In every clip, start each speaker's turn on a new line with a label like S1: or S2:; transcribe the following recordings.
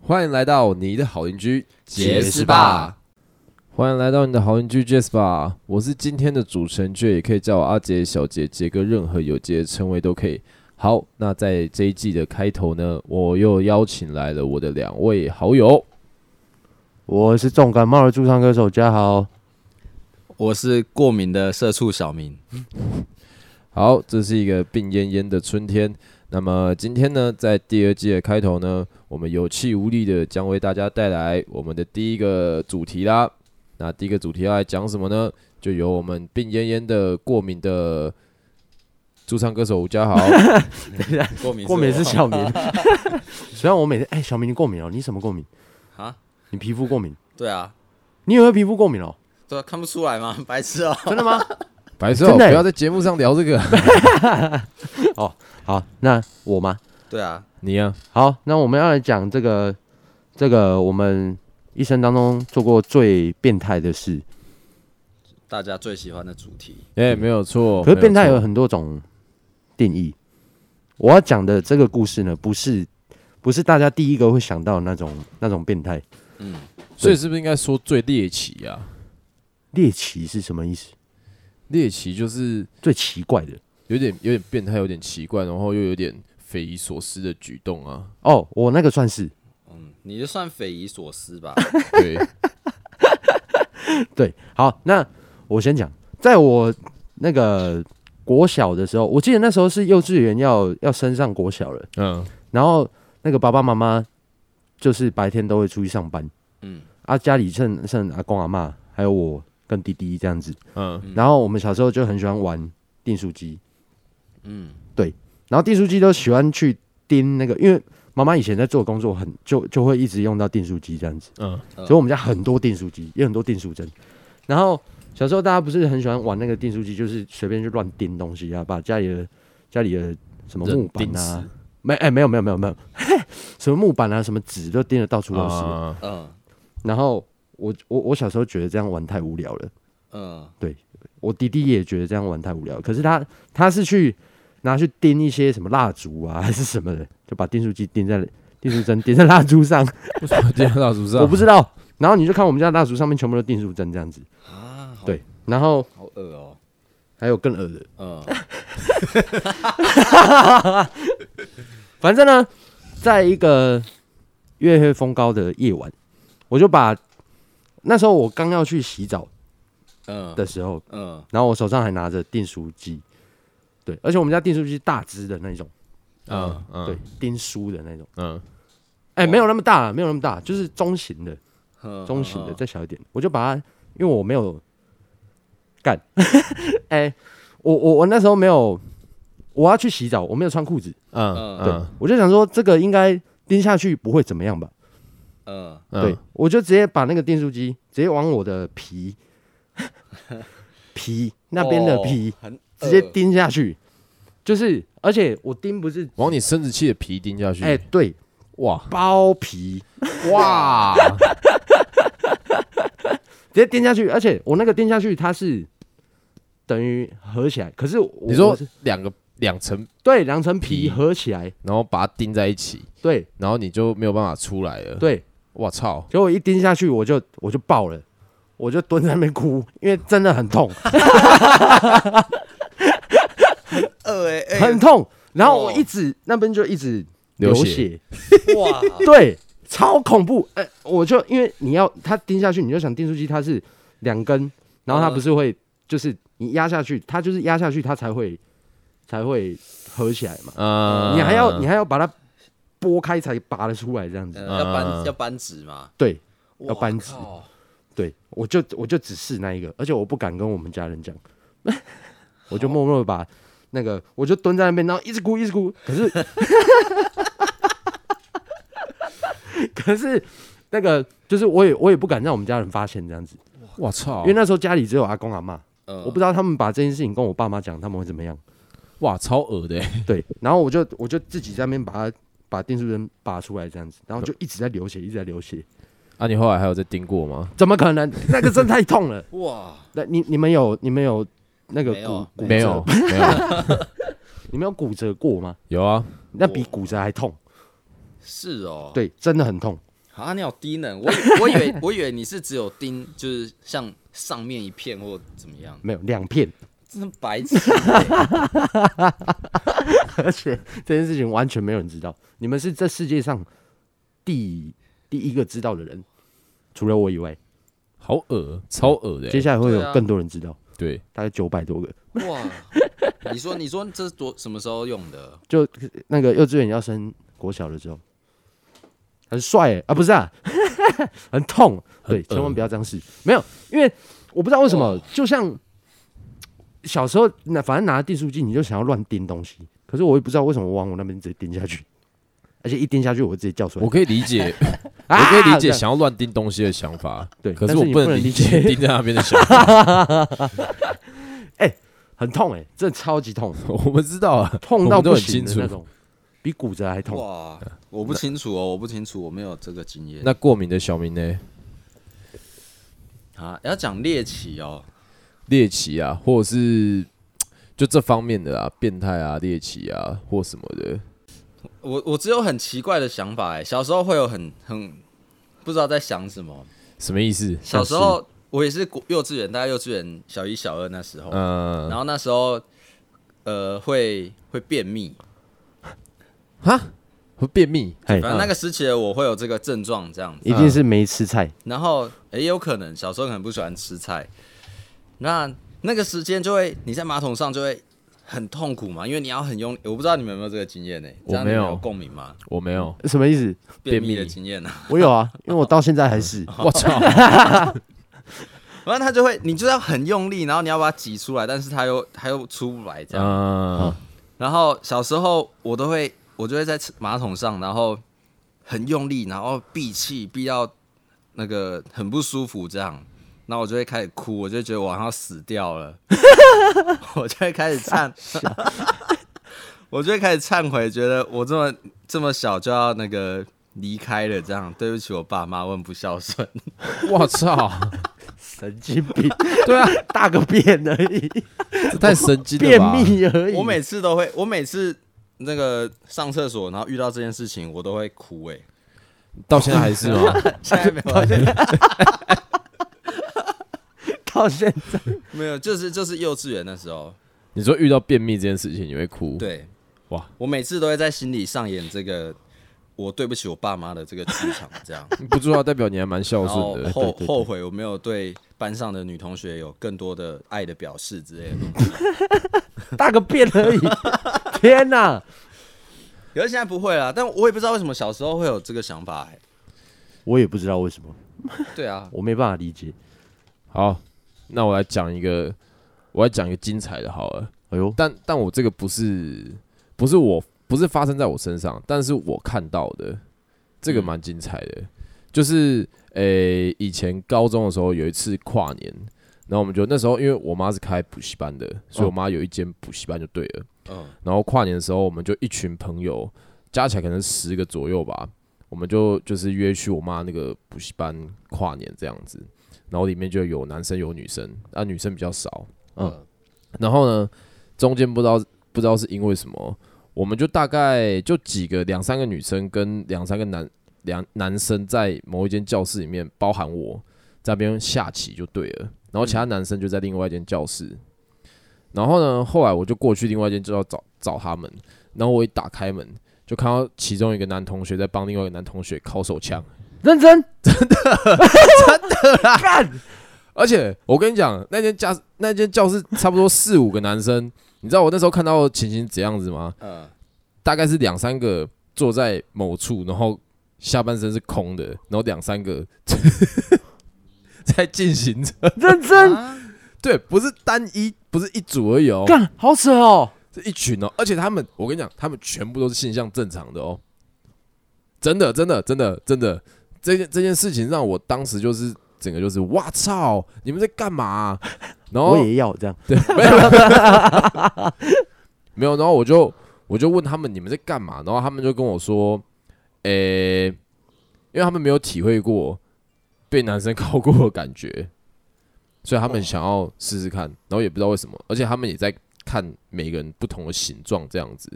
S1: 欢迎来到你的好邻居
S2: 杰斯霸，
S1: 欢迎来到你的好邻居杰斯霸，我是今天的主持人却也可以叫我阿杰、小杰、杰哥，任何有杰的称谓都可以。好，那在这一季的开头呢，我又邀请来了我的两位好友。
S3: 我是重感冒的驻唱歌手嘉豪，
S2: 我是过敏的社畜小明。
S1: 好，这是一个病恹恹的春天。那么今天呢，在第二季的开头呢，我们有气无力的将为大家带来我们的第一个主题啦。那第一个主题要来讲什么呢？就由我们病恹恹的过敏的驻唱歌手吴 家豪，
S2: 过敏
S3: 过敏是小明。 虽然我每天哎、小明你过敏哦，你什么过敏？
S2: 啊？
S3: 你皮肤过敏？
S2: 对啊，
S3: 你也会皮肤过敏哦？
S2: 对啊，看不出来吗？ 白痴哦、
S3: 真的吗？
S1: 白色、哦
S3: 真的欸
S1: 不要在节目上聊这个。
S3: 好，那我吗？
S2: 对啊，
S1: 你 啊，
S3: 好，那我们要来讲这个这个我们一生当中做过最变态的事。
S2: 大家最喜欢的主题。
S1: 哎、没有错。
S3: 可是变态
S1: 没
S3: 有
S1: 错
S3: 很多种定义。我要讲的这个故事呢，不是不是大家第一个会想到的那种那种变态。
S2: 嗯，
S1: 所以是不是应该说最猎奇啊？
S3: 猎奇是什么意思？
S1: 猎奇就是
S3: 最奇怪的
S1: 有点有点变态，有点奇怪，然后又有点匪夷所思的举动啊。
S3: 哦，我那个算是
S2: 嗯，你就算匪夷所思 吧。
S1: 对，
S3: 对，好，那我先讲，在我那个国小的时候，我记得那时候是幼稚园要要升上国小了，
S1: 嗯，
S3: 然后那个爸爸妈妈就是白天都会出去上班，
S2: 嗯，
S3: 啊，家里剩剩阿公阿妈还有我跟弟弟这样子，
S1: 嗯，
S3: 然后我们小时候就很喜欢玩订书机，
S2: 嗯，
S3: 然后订书机都喜欢去盯那个，因为妈妈以前在做工作很就就会一直用到订书机这样子。
S1: 嗯，
S2: 嗯
S3: 所以我们家很多订书机，也很多订书针。然后小时候大家不是很喜欢玩那个订书机，就是随便去乱钉东西啊，把家里的家里的什么
S1: 人
S3: 木板
S1: 钉
S3: 啊
S1: 死，
S3: 没哎、没有没有没有没有，什么木板啊什么纸都钉得到处都是。
S1: 啊，
S2: 嗯
S3: 然后我我我小时候觉得这样玩太无聊了，
S2: 嗯
S3: 我弟弟也觉得这样玩太无聊，可是他他是去拿去钉一些什么蜡烛啊还是什么的，就把订书机钉在订书针钉在蜡烛上，
S1: 为什么 电到蜡烛上？
S3: 我不知道。然后你就看我们家的蜡烛上面全部都订书针这样子，
S2: 啊，好
S3: 对然后
S2: 好恶哦、
S3: 还有更恶的，
S2: 嗯
S3: 反正呢，在一个月黑风高的夜晚，我就把那时候我刚要去洗澡
S2: 嗯
S3: 的时候，
S2: 嗯，
S3: 然后我手上还拿着订书机，对，而且我们家订书机大只的那种，
S2: 呃
S1: 嗯嗯，
S3: 对，，钉书的那种，
S1: 嗯，
S3: 哎、
S2: 哇
S3: 没有那么大，没有那么大，就是中型的，
S2: 嗯
S3: 中型的，
S2: 嗯
S3: 再小一点，我就把它，因为我没有干， 哎、我我我那时候没有，我要去洗澡，我没有穿裤子，
S1: 嗯
S3: 对，
S1: 嗯
S3: 我就想说这个应该钉下去不会怎么样吧。
S2: 嗯
S1: 嗯，
S3: 对，我就直接把那个订书机直接往我的 皮皮那边的皮
S2: 哦、很
S3: 直接
S2: 恶
S3: 钉下去，就是而且我钉不是
S1: 往你生殖器的皮钉下去。
S3: 哎、对
S1: 哇
S3: 包皮
S1: 哇，
S3: 直接钉下去，而且我那个钉下去它是等于合起来，可是我
S1: 你说
S3: 我是
S1: 两个两层，
S3: 对两层皮
S1: 皮
S3: 合起来，
S1: 然后把它钉在一起，
S3: 对
S1: 然后你就没有办法出来了。，
S3: 对，
S1: 我操，
S3: 结果一钉下去我就我就爆了，我就蹲在那边哭，因为真的很痛
S2: 恶哎、 欸
S3: 很痛，然后
S2: 哦
S3: 我一直那边就一直
S1: 流
S3: 流
S1: 血
S3: 血
S2: 哇，
S3: 对，超恐怖。哎、我就因为你要它钉下去，你就想订书机它是两根，然后它
S2: 嗯
S3: 不是会就是你压下去，它就是压下去它才会才会合起来嘛。
S1: 嗯，
S3: 你还要你还要把它拨开才拔得出来这样子。
S2: 呃要
S1: 嗯
S2: 扳要扳直嘛，
S3: 对
S2: 哇
S3: 要扳直
S2: 靠
S3: 对，我就我就只试那一个，而且我不敢跟我们家人 讲，我就默默的把那个我就蹲在那边，然后一直哭一直哭，可是 可是那个就是我也我也不敢让我们家人发现这样子，
S1: 我操，
S3: 因为那时候家里只有阿公阿妈，
S2: 哦嗯
S3: 我不知道他们把这件事情跟我爸妈讲，他们会怎 么样。
S1: 哇超恶的欸，
S3: 对，然后我就我就自己在那边把它把电书针拔出来这样子，然后就一直在流血，一直在流血，
S1: 啊，你后来还有再钉过吗？
S3: 怎么可能？那个针太痛了。
S2: 哇，
S3: 那你你们有你们有那个
S2: 没有
S3: 骨骨折
S1: 没有，没有，
S3: 你们有骨折过吗？
S1: 有啊，
S3: 那比骨折还痛，
S2: 是哦，
S3: 对，真的很痛。
S2: 啊，你好低能！我以我以为我以为你是只有钉，就是像上面一片或怎么样，
S3: 没有两片，
S2: 真的白痴。哦
S3: 而且这件事情完全没有人知道。你们是这世界上第第一个知道的人，除了我以外，
S1: 好恶，超恶的欸、
S3: 接下来会
S2: 对啊
S3: 有更多人知道，
S1: 对，
S3: 大概九百多个。
S2: 哇！你说你说这是多什么时候用的？
S3: 就那个幼稚园要升国小的时候，很帅欸啊，不是啊， 很痛，对，
S1: 恶
S3: 千万不要这样试。没有，因为我不知道为什
S1: 哦
S3: 么，就像小时候那反正拿订书机，你就想要乱钉东西，可是我也不知道为什么我往我那边直接钉下去，而且一钉下去我会直接叫出来
S1: 我，可以理 解， 我
S3: 啊
S1: 可以理
S3: 这
S1: 解
S3: 样
S1: 想要乱钉东西的想法，
S3: 对
S1: 可
S3: 但
S1: 是
S3: 是
S1: 我
S3: 你
S1: 不
S3: 不
S1: 能
S3: 能
S1: 理
S3: 理
S1: 解
S3: 解
S1: 钉在那边的想法。
S3: 很痛哎、真的超级 痛，
S1: 我们知道啊，
S3: 痛到
S1: 我们都
S3: 不
S1: 很清
S3: 行的
S1: 楚
S3: 那。种，比骨折还痛。
S2: 哇！我不清楚哦，我不清楚，我没有这个经验。
S1: 那过敏的小明呢？
S2: 啊，要讲猎奇哦，
S1: 猎奇啊，或者是就这方面的啊，变态啊，猎奇啊，或什么的。
S2: 我我只有很奇怪的想法哎，小时候会有很很不知道在想什么。
S1: 什么意思？
S2: 小时候我也是国幼稚园，大概幼稚园小一小二那时候，
S1: 嗯，
S2: 然后那时候呃会会便秘，
S1: 哈，会便秘，
S3: 哎，
S2: 反正那个时期的我会有这个症状这样子。
S3: 一定是没吃菜，
S2: 然后也有可能小时候可能不喜欢吃菜，那那个时间就会你在马桶上就会很痛苦嘛，因为你要很用力。我不知道你们有没有这个经验呢、
S1: 我
S2: 这样你
S1: 没
S2: 们
S1: 有
S2: 有共鸣吗？
S1: 我没有。
S3: 什么意思？
S1: 便
S2: 便
S1: 秘
S2: 秘的经 验啊，
S3: 我有啊，因为我到现在 还是
S1: 我操，
S2: 然后他就会，你就要很用力，然后你要把它挤出来，但是他又他又出不来这样。
S1: 嗯，
S2: 然后小时候我都会，我就会在马桶上，然后很用力，然后闭气，闭到那个很不舒服这样。那我就会开始哭，我就觉得我好像要死掉 了，我就会开始忏， 我就会开始忏悔，觉得我这么这么小就要那个离开了，这样对不起我爸妈，我很不孝顺。
S1: 我操，
S3: 神经病，
S1: 对啊，
S3: 大个便而已。
S1: 这太神经了
S3: 便
S1: 吧？
S3: 秘而已。
S2: 我每次都会，我每次那个上厕所，然后遇到这件事情，我都会哭、欸。
S1: 到现在还是吗？
S2: 哎，现在没有，
S3: 到现在，
S2: 没有，就是就是幼稚园的时候，
S1: 你说遇到便秘这件事情你会哭？，
S2: 对，
S1: 哇，
S2: 我每次都会在心里上演这个我对不起我爸妈的这个剧场，这 样，
S1: 不知道代表你还蛮孝
S2: 然后
S1: 顺的。
S2: 后
S3: 哎对对
S2: 后悔我没有对班上的女同学有更多的爱的表示之类的东西。
S3: 大个便 而已。天哪、
S2: 可是现在不会啦，但我也不知道为什么小时候会有这个想法、欸。
S3: 我也不知道为什么，
S2: 对啊，
S3: 我没办法理解。
S1: 好，那我来讲一个，我来讲一个精彩的好了。
S3: 哎呦，
S1: 但但我这个不是不是我不是发生在我身上，但是我看到的这个蛮精彩的，就是诶、以前高中的时候有一次跨年，然后我们就那时候因为我妈是开补习班的，所以我妈有一间补习班就对了。
S2: 嗯，
S1: 然后跨年的时候，我们就一群朋友加起来可能十个左右吧，我们就就是约去我妈那个补习班跨年这样子，然后里面就有男生有女生，啊女生比较少，
S2: 呃
S3: 嗯
S1: 然后呢，中间不知道不知道是因为什么，我们就大概就几个两三个女生跟两三个男两男生在某一间教室里面，包含我在那边下棋就对了，然后其他男生就在另外一间教室。然后呢，后来我就过去另外一间就要找找他们，然后我一打开门就看到其中一个男同学在帮另外一个男同学敲手枪。
S3: 认真，真的，真的啦！干，
S1: 而且我跟你讲，那间教那间教室差不多四五个男生，你知道我那时候看到的情形怎样子吗？
S2: 嗯，
S1: 大概是两三个坐在某处，然后下半身是空的，然后两三个 在进行着。
S3: 认真，
S2: 啊
S1: 对，不是单一，不是一组而已哦，
S3: 干，好扯哦！
S1: 是一群哦。而且他们，我跟你讲，他们全部都是性向正常的哦。真的，真的，真的，真的，这件这件事情让我当时就是整个就是，哇操，你们在干嘛啊、然后
S3: 我也要这样，
S1: 对，没有， 没有。然后我就我就问他们你们在干嘛，然后他们就跟我说，诶、因为他们没有体会过被男生靠过的感觉，所以他们想要试试看，然后也不知道为什么，而且他们也在看每个人不同的形状这样子，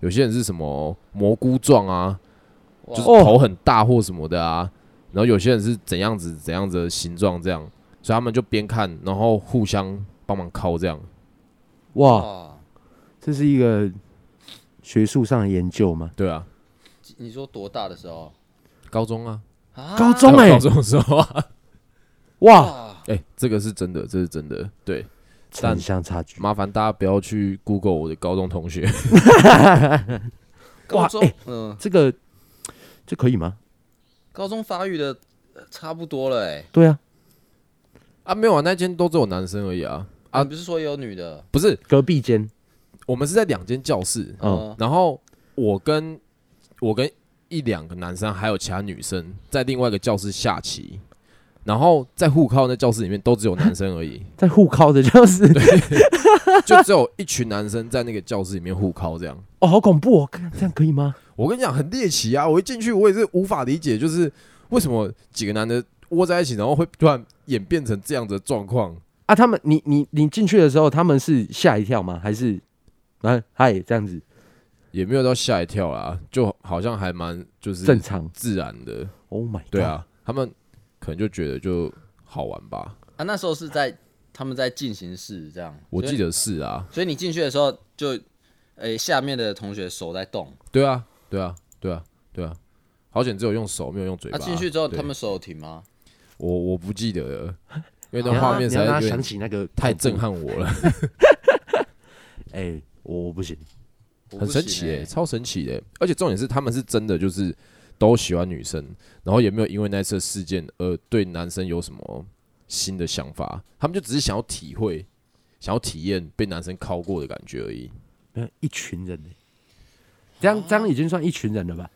S1: 有些人是什么蘑菇状啊，就是
S3: 哦
S1: 头很大或什么的啊。然后有些人是怎样子怎样子的形状这样，所以他们就边看，然后互相帮忙敲这样。
S3: 哇，
S4: 哦，
S3: 这是一个学术上的研究吗？
S1: 对啊，
S4: 你说多大的时候？
S1: 高中啊，
S4: 啊
S3: 高中啊
S1: 还有
S3: 哎
S1: 高，中的时候 啊，
S3: 哇，
S4: 哇，
S1: 哎、这个是真的，这是真的。对，但
S3: 城乡差距，
S1: 麻烦大家不要去 Google 我的高中同学。
S4: 高中
S3: 哇哎
S4: 嗯，
S3: 这个这可以吗？
S4: 高中发育的呃差不多了哎，
S3: 对啊，
S1: 啊，没有啊，那间都只有男生而已啊。啊
S4: 你不是说有女的？
S1: 不是，
S3: 隔壁间，
S1: 我们是在两间教室，
S3: 嗯，
S4: 嗯，
S1: 然后我跟我跟一两个男生，还有其他女生在另外一个教室下棋，然后在互靠那教室里面都只有男生而 已，
S3: 在互靠的就是，
S1: 就只有一群男生在那个教室里面互靠这样。
S3: 哦，好恐怖哦，看这样可以吗？
S1: 我跟你讲，很猎奇啊！我一进去，我也是无法理解，就是为什么几个男的窝在一起，然后会突然演变成这样子的状况。
S3: 啊，他们，你你你进去的时候，他们是吓一跳吗？还是啊，嗨，这样子
S1: 也没有到吓一跳啊啦，就好像还蛮就是
S3: 正常
S1: 自然的，
S3: ？Oh my，
S1: 对，啊，他们可能就觉得就好玩吧，
S4: 啊，那时候是在他们在进行式这样，
S1: 我记
S4: 得。
S1: 得是啊，
S4: 所以你进去的时候就，诶，下面的同学手在动，
S1: 对啊，对啊，对啊，对啊，好险只有用手没有用嘴
S4: 啊，
S1: 巴。
S4: 进去之后
S1: 对
S4: 他们手有停吗？
S1: 我我不记得了，因为
S3: 你
S1: 那
S3: 要
S1: 画面
S3: 你
S1: 实
S3: 要
S1: 在
S3: 让
S1: 有
S3: 他想
S1: 点
S3: 起那个
S1: 太
S3: 恐怖
S1: 震，撼我了，
S3: 哎，我不行，
S4: 我
S1: 很
S4: 不
S1: 神
S4: 行
S1: 奇
S4: 欸
S1: 诶、超神奇诶、而且重点是他们是真的就是都喜欢女生，然后也没有因为那次事件而对男生有什么新的想法，他们就只是想要体会。想要体验被男生敲过的感觉而已，
S3: 没有一群人呢，这样这样已经算一群人了吧？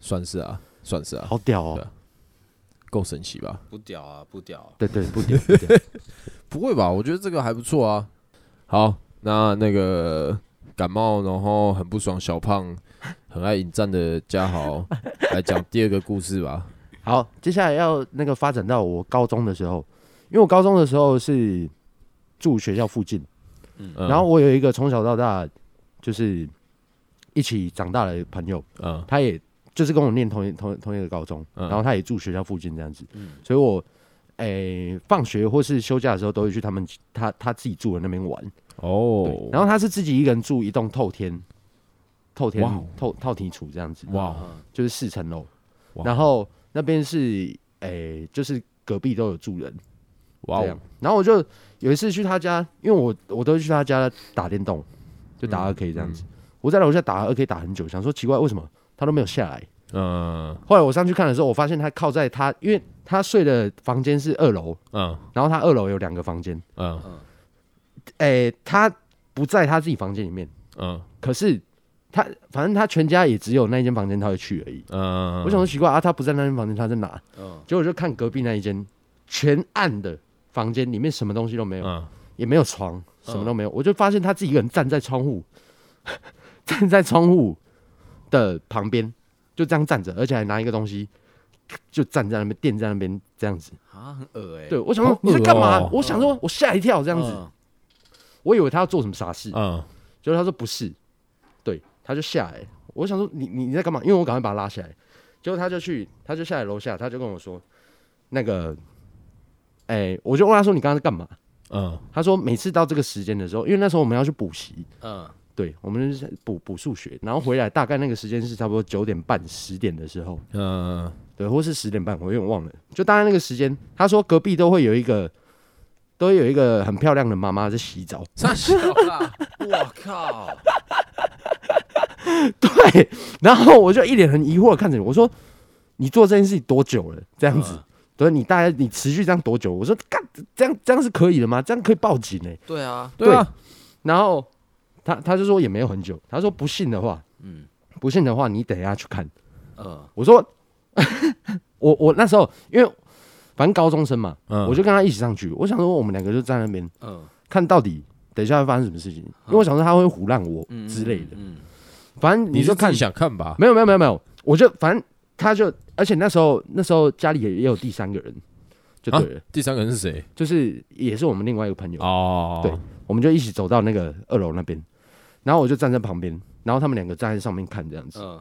S1: 算是啊，算是啊，
S3: 好屌
S1: 对啊！
S3: 哦
S1: 够神奇吧？
S4: 不屌啊，不屌、啊。
S3: 对对，不屌不 屌，
S1: 不会吧？我觉得这个还不错啊。好，那那个感冒然后很不爽、小胖很爱引战的嘉豪来讲第二个故事吧。
S3: 好，接下来要那个发展到我高中的时候，因为我高中的时候是住学校附近，
S1: 嗯
S3: 然后我有一个从小到大就是一起长大的朋友，
S1: 嗯
S3: 他也就是跟我念同一同同一个高中，
S1: 嗯
S3: 然后他也住学校附近这样子，所以我诶、放学或是休假的时候都会去他们他他自己住的那边玩。对
S1: 哦，，
S3: 然后他是自己一个人住一栋透天，透天
S1: 哇哦
S3: 透套体处这样子，
S1: 哇，
S3: 就是四层楼，
S1: 哇
S3: 然后那边是诶、就是隔壁都有住人
S1: 哇
S3: 这
S1: 哦
S3: 样，，然后我就有一次去他家，因为我我都会去他家打电动，就打二 K 这
S1: 嗯
S3: 样子，我在楼下打二 K 打很久，想说奇怪为什么他都没有下来，
S1: 嗯
S3: 后来我上去看的时候，我发现他靠在他，因为他睡的房间是二楼，
S1: 嗯
S3: 然后他二楼有两个房间，
S1: 嗯
S3: 诶、他不在他自己房间里面。
S1: 嗯
S3: 可是他反正他全家也只有那一间房间他会去而已。
S1: 嗯，
S3: 我想说奇怪啊，他不在那间房间，他在哪？
S4: 嗯，
S3: 结果我就看隔壁那一间全暗的房间，里面什么东西都没有，
S1: 嗯
S3: 也没有床，什么都没有。我就发现他自己一个人站在窗户， 站在窗户的旁边，就这样站着，而且还拿一个东西。就站在那边，垫在那边这样子。
S4: 啊，很恶哎、欸。
S3: 对，我想说
S1: 好恶
S3: 你在干嘛
S1: 哦？
S3: 我想说，我吓一跳这
S4: 这
S3: 样子，我以为他要做什么傻事。
S1: 嗯
S3: 结果他说不是，对，他就下来。我想说你你你在干嘛？因为我赶快把他拉下来。结果他就去，他就下来楼下，他就跟我说，那个，哎、我就问他说你刚刚在干嘛？
S1: 嗯
S3: 他说每次到这个时间的时候，因为那时候我们要去补习，
S4: 嗯
S3: 对，我们就是补补数学，然后回来大概那个时间是差不多九点半十点的时候，
S1: 嗯
S3: 对，或是十点半，我有点忘了，就大概那个时间。他说隔壁都会有一个，都会有一个很漂亮的妈妈在洗澡，
S4: 傻笑啦！我嗯靠，
S3: 对，然后我就一脸很疑惑地看着你，我说：“你做这件事情多久了？这样子，
S4: 嗯
S3: 对，你大概你持续这样多久？”我说：“干，这样这样是可以的吗？这样可以报警呢、
S4: 对啊，
S1: 对啊，
S3: 然后他他就说也没有很久，他说不信的话，
S4: 嗯
S3: 不信的话你等一下去看。
S4: 嗯
S3: 我说：“ 我我那时候因为反正高中生嘛，
S1: 嗯
S3: 我就跟他一起上去，我想说我们两个就站在那边
S4: 嗯
S3: 看到底等一下会发生什么事情，因为我想说他会唬烂我
S4: 嗯
S3: 之类的。
S4: 嗯，
S3: 反正
S1: 你
S3: 就是看
S1: 自己想看吧？
S3: 没有没有没有没有，我就反正他就，而且那时候那时候家里也也有第三个人，就对了，
S1: 第三个人是谁？
S3: 就是也是我们另外一个朋友，
S1: 哦，
S3: 对我们就一起走到那个二楼那边，然后我就站在旁边，然后他们两个站在上面看这样子，
S4: 嗯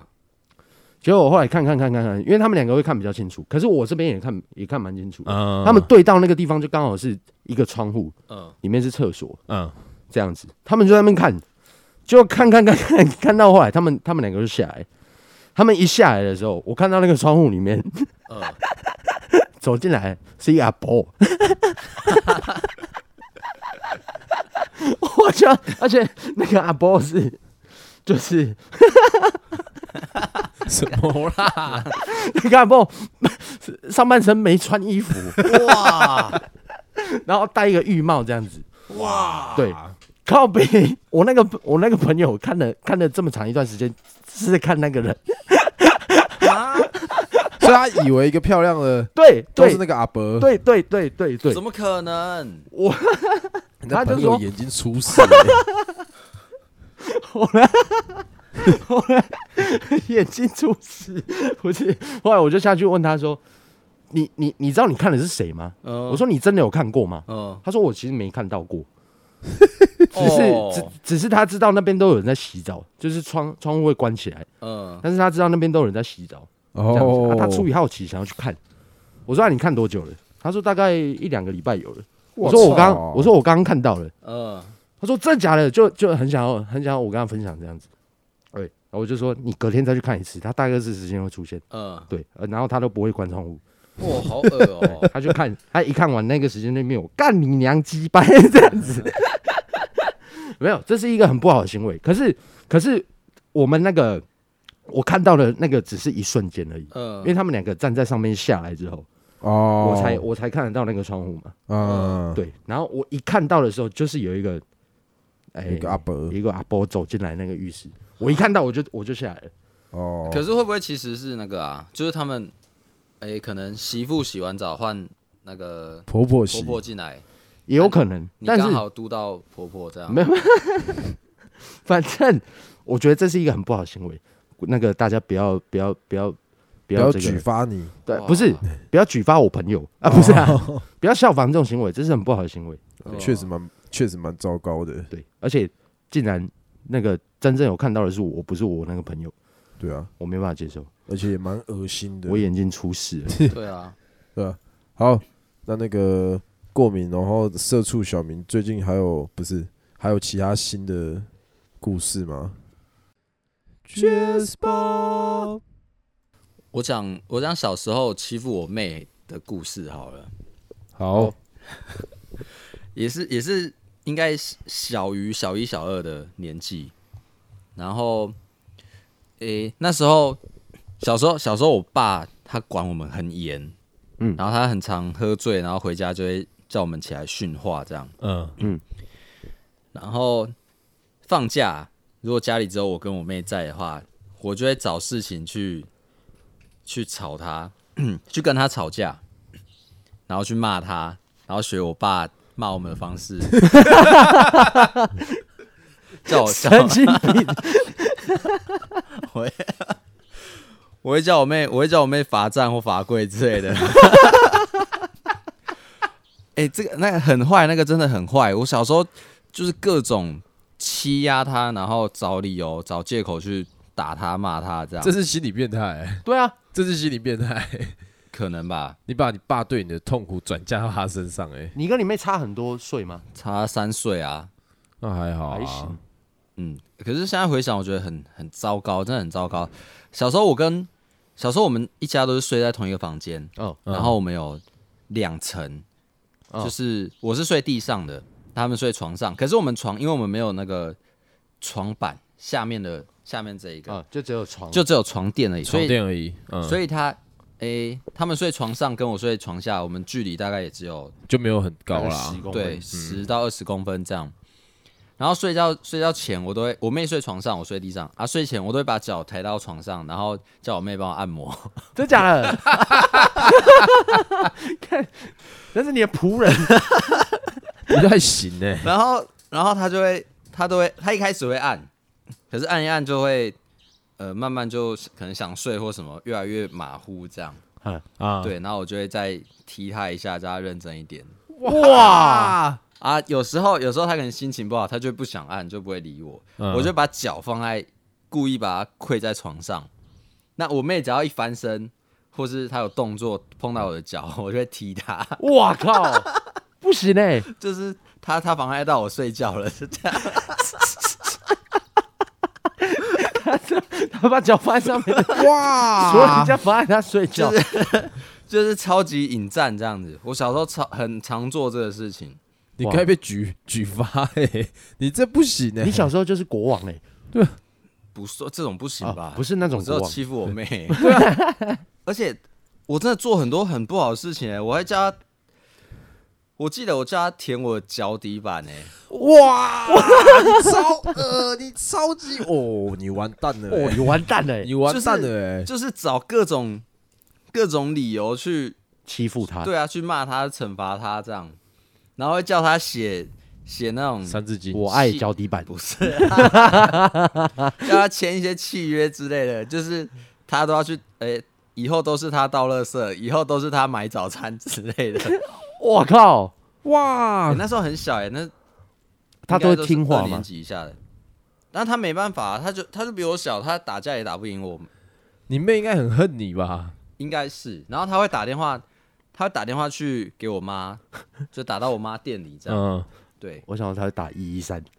S3: 结果我后来看看看看看，因为他们两个会看比较清楚，可是我这边也看也看蛮清楚的。
S1: 嗯，
S3: 他们对到那个地方就刚好是一个窗户，
S4: 嗯
S3: 里面是厕所
S1: 嗯，
S3: 这样子，他们就在那边看，就看看看看看到后来，他们他们两个就下来，他们一下来的时候，我看到那个窗户里面
S4: 嗯，
S3: 走进来是一个阿伯， 我就而且那个阿伯是就是
S1: 什么啦？
S3: 那个阿伯 上半身没穿衣服，
S2: 哇
S3: 然后戴一个浴帽这样子，
S1: 啊
S2: 哇，
S3: 对，靠背， 我那个我那个朋友看了看了这么长一段时间，是在看那个人，
S4: 啊
S1: 所以他以为一个漂亮的
S3: 对
S1: 都是
S3: 对
S1: 那个阿伯，，
S3: 对对对对对
S2: 怎，么可能？
S1: 那
S3: 他就
S1: 朋友
S3: 说
S1: 眼睛出事了，
S3: 眼睛出事，不是，后来我就下去问他说，你你你知道你看的是谁吗？
S2: 嗯
S3: 我说你真的有看过吗？
S2: 嗯，
S3: 他说我其实没看到过，
S2: 只
S3: 只是、
S4: 哦
S1: 哦
S3: 只只是他知道那边都有人在洗澡，就是窗窗户会关起来，
S2: 嗯
S3: 但是他知道那边都有人在洗澡，这样子。
S1: 哦
S3: 啊、他出于好奇想要去看，我说、啊、你看多久了？他说大概一两个礼拜有了。我说我刚
S1: 操
S3: 我说我刚刚看到了，
S2: 嗯，
S3: 他说真的假的？就就很想要很想要我跟他分享这样子。对，然后我就说你隔天再去看一次，他大概是时间会出现。
S2: 嗯，
S3: 对，呃然后他都不会关窗户，
S2: 哇，好恶哦，
S3: 他就看，他一看完那个时间那边，我干你娘鸡掰 这样子，没有，这是一个很不好的行为。可是，可是我们那个我看到的那个只是一瞬间而已， 因为
S2: 嗯，
S3: 他们两个站在上面下来之后，
S1: 哦，
S3: 我才我才看得到那个窗户嘛。
S1: 嗯，
S3: 对，然后我一看到的时候，就是有一个，哎、
S1: 一个阿伯
S3: 一个阿伯走进来那个浴室，我一看到我就我就下来了。
S1: 哦，
S2: 可是会不会其实是那个啊？就是他们，哎，可能媳妇洗完澡换那个
S1: 婆婆
S2: 婆
S1: 媳
S2: 婆进来，
S3: 也有可能，
S2: 啊你
S3: 但是
S2: 刚好嘟到婆婆这样
S3: 没，有， 反正我觉得这是一个很不好的行为。那个大家不要不要不要不
S1: 不要
S3: 要这
S1: 举
S3: 个，
S1: 发你，
S3: 对，
S2: 哇
S3: 不是不要举发我朋友啊，不是啊，
S1: 哦
S3: 不要效仿这种行为，这是很不好的行为。
S2: 哦
S1: 确实蛮确实蛮糟糕的，
S3: 对，而且竟然那个真正有看到的是我，不是我那个朋友，
S1: 对啊，
S3: 我没办法接受，
S1: 而且也蛮恶心的
S3: 我，眼睛出事了。
S2: 对啊，
S1: 对啊。好，那那个过敏，然后社畜小明最近还有不是还有其他新的故事吗
S4: Cheers, Bob
S2: 我讲我讲小时候欺负我妹的故事好了，
S1: 好，
S2: 哦也是也是应该是小于小一小二的年纪，然后，诶、那时候小时候小时候我爸他管我们很严，
S3: 嗯
S2: 然后他很常喝醉，然后回家就会叫我们起来训话这样，
S1: 嗯，
S2: 然后放假如果家里只有我跟我妹在的话，我就会找事情去去吵她， 去跟她吵架，然后去骂她，然后学我爸骂我们的方式， 叫我叫
S3: 神经病，
S2: 我会叫我妹，我会叫我妹罚站或罚跪之类的。哎、这个那个很坏，那个真的很坏。我小时候就是各种欺压她，然后找理由、找借口去打她、骂她，这样
S1: 这是心理变态，
S3: 对啊，
S1: 这是心理变态，
S2: 可能吧？
S1: 你把你爸对你的痛苦转嫁到他身上，哎，
S3: 你跟你妹差很多岁吗？
S2: 差三岁啊，
S1: 那还好
S3: 还
S1: 啊
S3: 行，
S2: 嗯，可是现在回想，我觉得很很糟糕，真的很糟糕。小时候我跟小时候我们一家都是睡在同一个房间，
S3: 哦，
S2: 然后我们有两层，
S1: 嗯
S3: 哦
S2: 就是我是睡地上的，他们睡床上。可是我们床，因为我们没有那个床板下面的下面这一个，
S3: 啊，就只有床，
S2: 就只有床垫而已。所
S1: 哦床
S2: 以，
S1: 垫而已，嗯，
S2: 所以他诶、他们睡床上跟我睡床下，我们距离大概也只有
S1: 就没有很高
S3: 大概
S1: 啦
S3: 10，公分
S2: 对，十到二十公分这样。然后睡觉睡觉前，我都会我妹睡床上，我睡地上啊。睡前我都会把脚抬到床上，然后叫我妹帮我按摩。
S3: 真假的？看，那是你的仆人，
S1: 不太行哎，
S2: 然后然后他就会他都会他一开始会按，可是按一按就会呃慢慢就可能想睡或什么，越来越马虎这样。
S1: 啊，
S2: 对，然后我就会再踢他一下，叫他认真一点。
S3: 哇，
S2: 啊，有时候有时候他可能心情不好，他就不想按，就不会理我。
S1: 嗯
S2: 我就把脚放在，故意把他跪在床上，那我妹只要一翻身，或是她有动作碰到我的脚，我就会踢她，
S3: 哇靠，不行欸嘞、
S2: 就是她她妨碍到我睡觉了，是这样。
S3: 他把脚放在上面，
S2: 啊
S3: 哇！所以人家妨碍他睡觉。
S2: 就是超级引战这样子，我小时候超很常做这个事情，
S1: 你
S3: 哇
S1: 该被举 举发哎、你这不行哎、
S3: 你小时候就是国王哎、
S2: 不是这种不行
S3: 啊
S2: 吧？
S3: 不是那种
S2: 我只有
S3: 国王
S2: 欺负我妹， 对啊，而且我真的做很多很不好的事情、欸，我还叫她，我记得我叫她舔我的脚底板、欸，
S1: 哇，你超呃，你超级哦，你完蛋了、
S3: 哦，
S1: 欸，
S3: 你完蛋了、
S1: 你
S3: 欸，
S1: 完蛋了哎、
S2: 就是找各种各种理由去，
S3: 欺负他。
S2: 对啊，去骂她、惩罚她这样，然后会叫她写写那种
S1: 三字经，
S3: 我爱脚底板，
S2: 不是、 啊，叫他签一些契约之类的，就是他都要去，诶、以后都是他倒垃圾，以后都是他买早餐之类的。
S3: 我靠，
S2: 欸
S1: 哇，
S2: 那时候很小诶，那 应该
S3: 他都
S2: 都是
S3: 会听
S2: 二
S3: 话
S2: 年
S3: 吗？
S2: 级以下的，但他没办法、啊他就他就比我小，他打架也打不赢我，
S1: 你妹应该很恨你吧？
S2: 应该是。然后他会打电话，他会打电话去给我妈，就打到我妈店里这样。
S1: 嗯，
S2: 对
S3: 我想他会打一一三，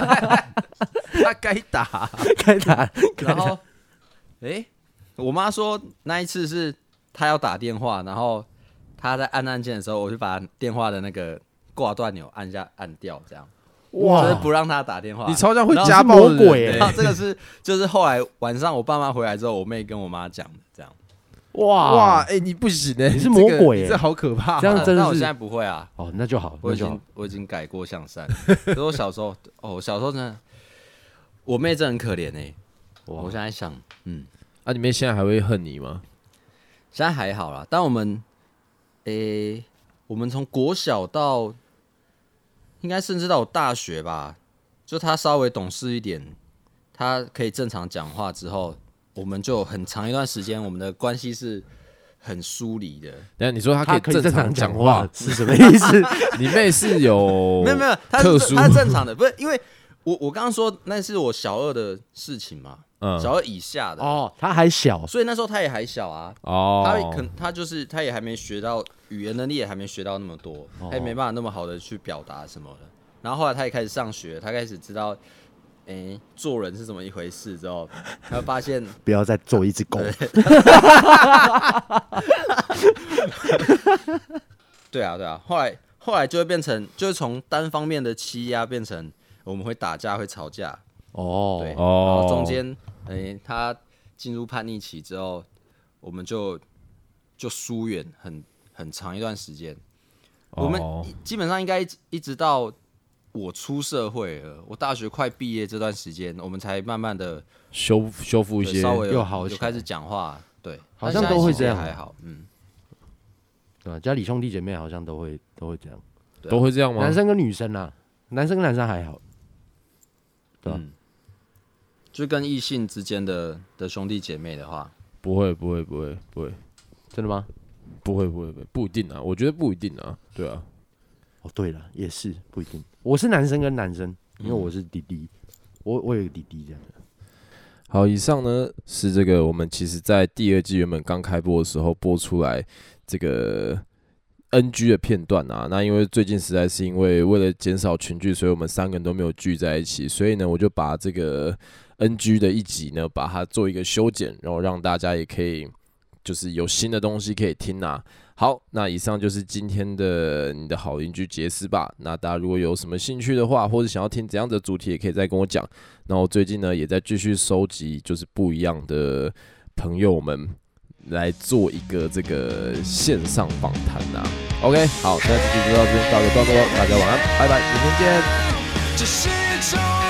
S2: 他该打。
S3: 该打。
S2: 然后， 诶，我妈说那一次是她要打电话，然后她在按按键的时候，我就把电话的那个挂断钮按下按掉，这样就是
S3: 哇，
S2: 不让她打电话。
S1: 你超像会
S2: 然后
S1: 家暴的
S3: 是魔鬼
S1: 人
S3: 欸
S2: 然后这个是就是后来晚上我爸妈回来之后，我妹跟我妈讲的，这样。
S3: 哇
S1: 哇，
S3: 哇，
S1: 哎、你不行哎、
S3: 你是
S1: 这
S3: 魔
S1: 个
S3: 鬼
S1: 你
S3: 欸
S1: 这好可怕、
S3: 这样
S2: 啊
S3: 真的
S2: 但我
S3: 是
S2: 现在不会啊，
S3: 哦，那就好，
S2: 我
S3: 那
S2: 已
S3: 就好
S2: 经。我已经改过向善。可是我小时候，哦，我小时候真的，我妹真的很可怜哎、
S3: 哇
S2: 我现在想，嗯。
S1: 啊，你妹现在还会恨你吗？
S2: 现在还好啦，但我们，诶、我们从国小到，应该甚至到我大学吧，就他稍微懂事一点，他可以正常讲话之后，我们就很长一段时间，我们的关系是很疏离的。
S1: 等一下你说她
S3: 他
S1: 可
S3: 可
S1: 以
S3: 以
S1: 正
S3: 正
S1: 常
S3: 常
S1: 讲
S3: 讲
S1: 话
S3: 话，是什么意 思？
S1: 你妹是 有
S2: 没有没有，他
S1: 哦特
S2: 是
S1: 殊
S2: 他是正常的，不是因为我我刚刚说那是我小二的事情嘛，
S1: 嗯
S2: 小二以下的，
S3: 哦，他还小，
S2: 所以那时候他也还小啊，他
S1: 哦，
S2: 可他就是他也还没学到语言能力，也还没学到那么多，
S1: 哦
S2: 他也没办法那么好的去表达什么的。然后后来他也开始上学，他开始知道，哎、做人是怎么一回事之后，他发现
S3: 不要再做一只狗。
S2: 对啊对啊，后来后来就会变成，就是从单方面的欺压变成我们会打架会吵架，
S3: 哦
S2: 对，，
S1: 哦
S2: 然后中间哎、他进入叛逆期之后，我们就就疏远很很长一段时间。
S1: 哦
S2: 我们一基本上应该一直一直到我出社会了，我大学快毕业这段时间，我们才慢慢的
S1: 修修复一些，
S2: 稍微有
S3: 又好起
S2: 就
S3: 来
S2: 开始讲话，对，但
S3: 好像
S2: 现在
S3: 都会
S2: 其实
S3: 这样
S2: 也还好，嗯，
S3: 对啊吧？家里兄弟姐妹好像都会都会这样，
S1: 都会这样吗？
S3: 男生跟女生啊，男生跟男生还好。对啊
S2: 嗯，就跟异性之间的的兄弟姐妹的话，
S1: 不会不会不会不会
S3: 真的吗？
S1: 不会不会不会不一定啊，我觉得不一定啊，对啊，
S3: 哦，对了，也是不一定。嗯我是男生跟男生，因为我是弟弟，我我有个弟弟这样的。
S1: 好，以上呢是这个我们其实在第二季原本刚开播的时候播出来这个 NG 的片段啊。那因为最近实在是因为为了减少群聚，所以我们三个人都没有聚在一起，所以呢我就把这个 NG 的一集呢把它做一个修剪，然后让大家也可以就是有新的东西可以听啊。好，那以上就是今天的你的好邻居杰斯吧。那大家如果有什么兴趣的话，或者想要听怎样的主题，也可以再跟我讲。那我最近呢也在继续收集，就是不一样的朋友们来做一个这个线上访谈呐。OK，好，那这期就到这边告一个段落，大家晚安，拜拜，明天见。
S5: 这是一种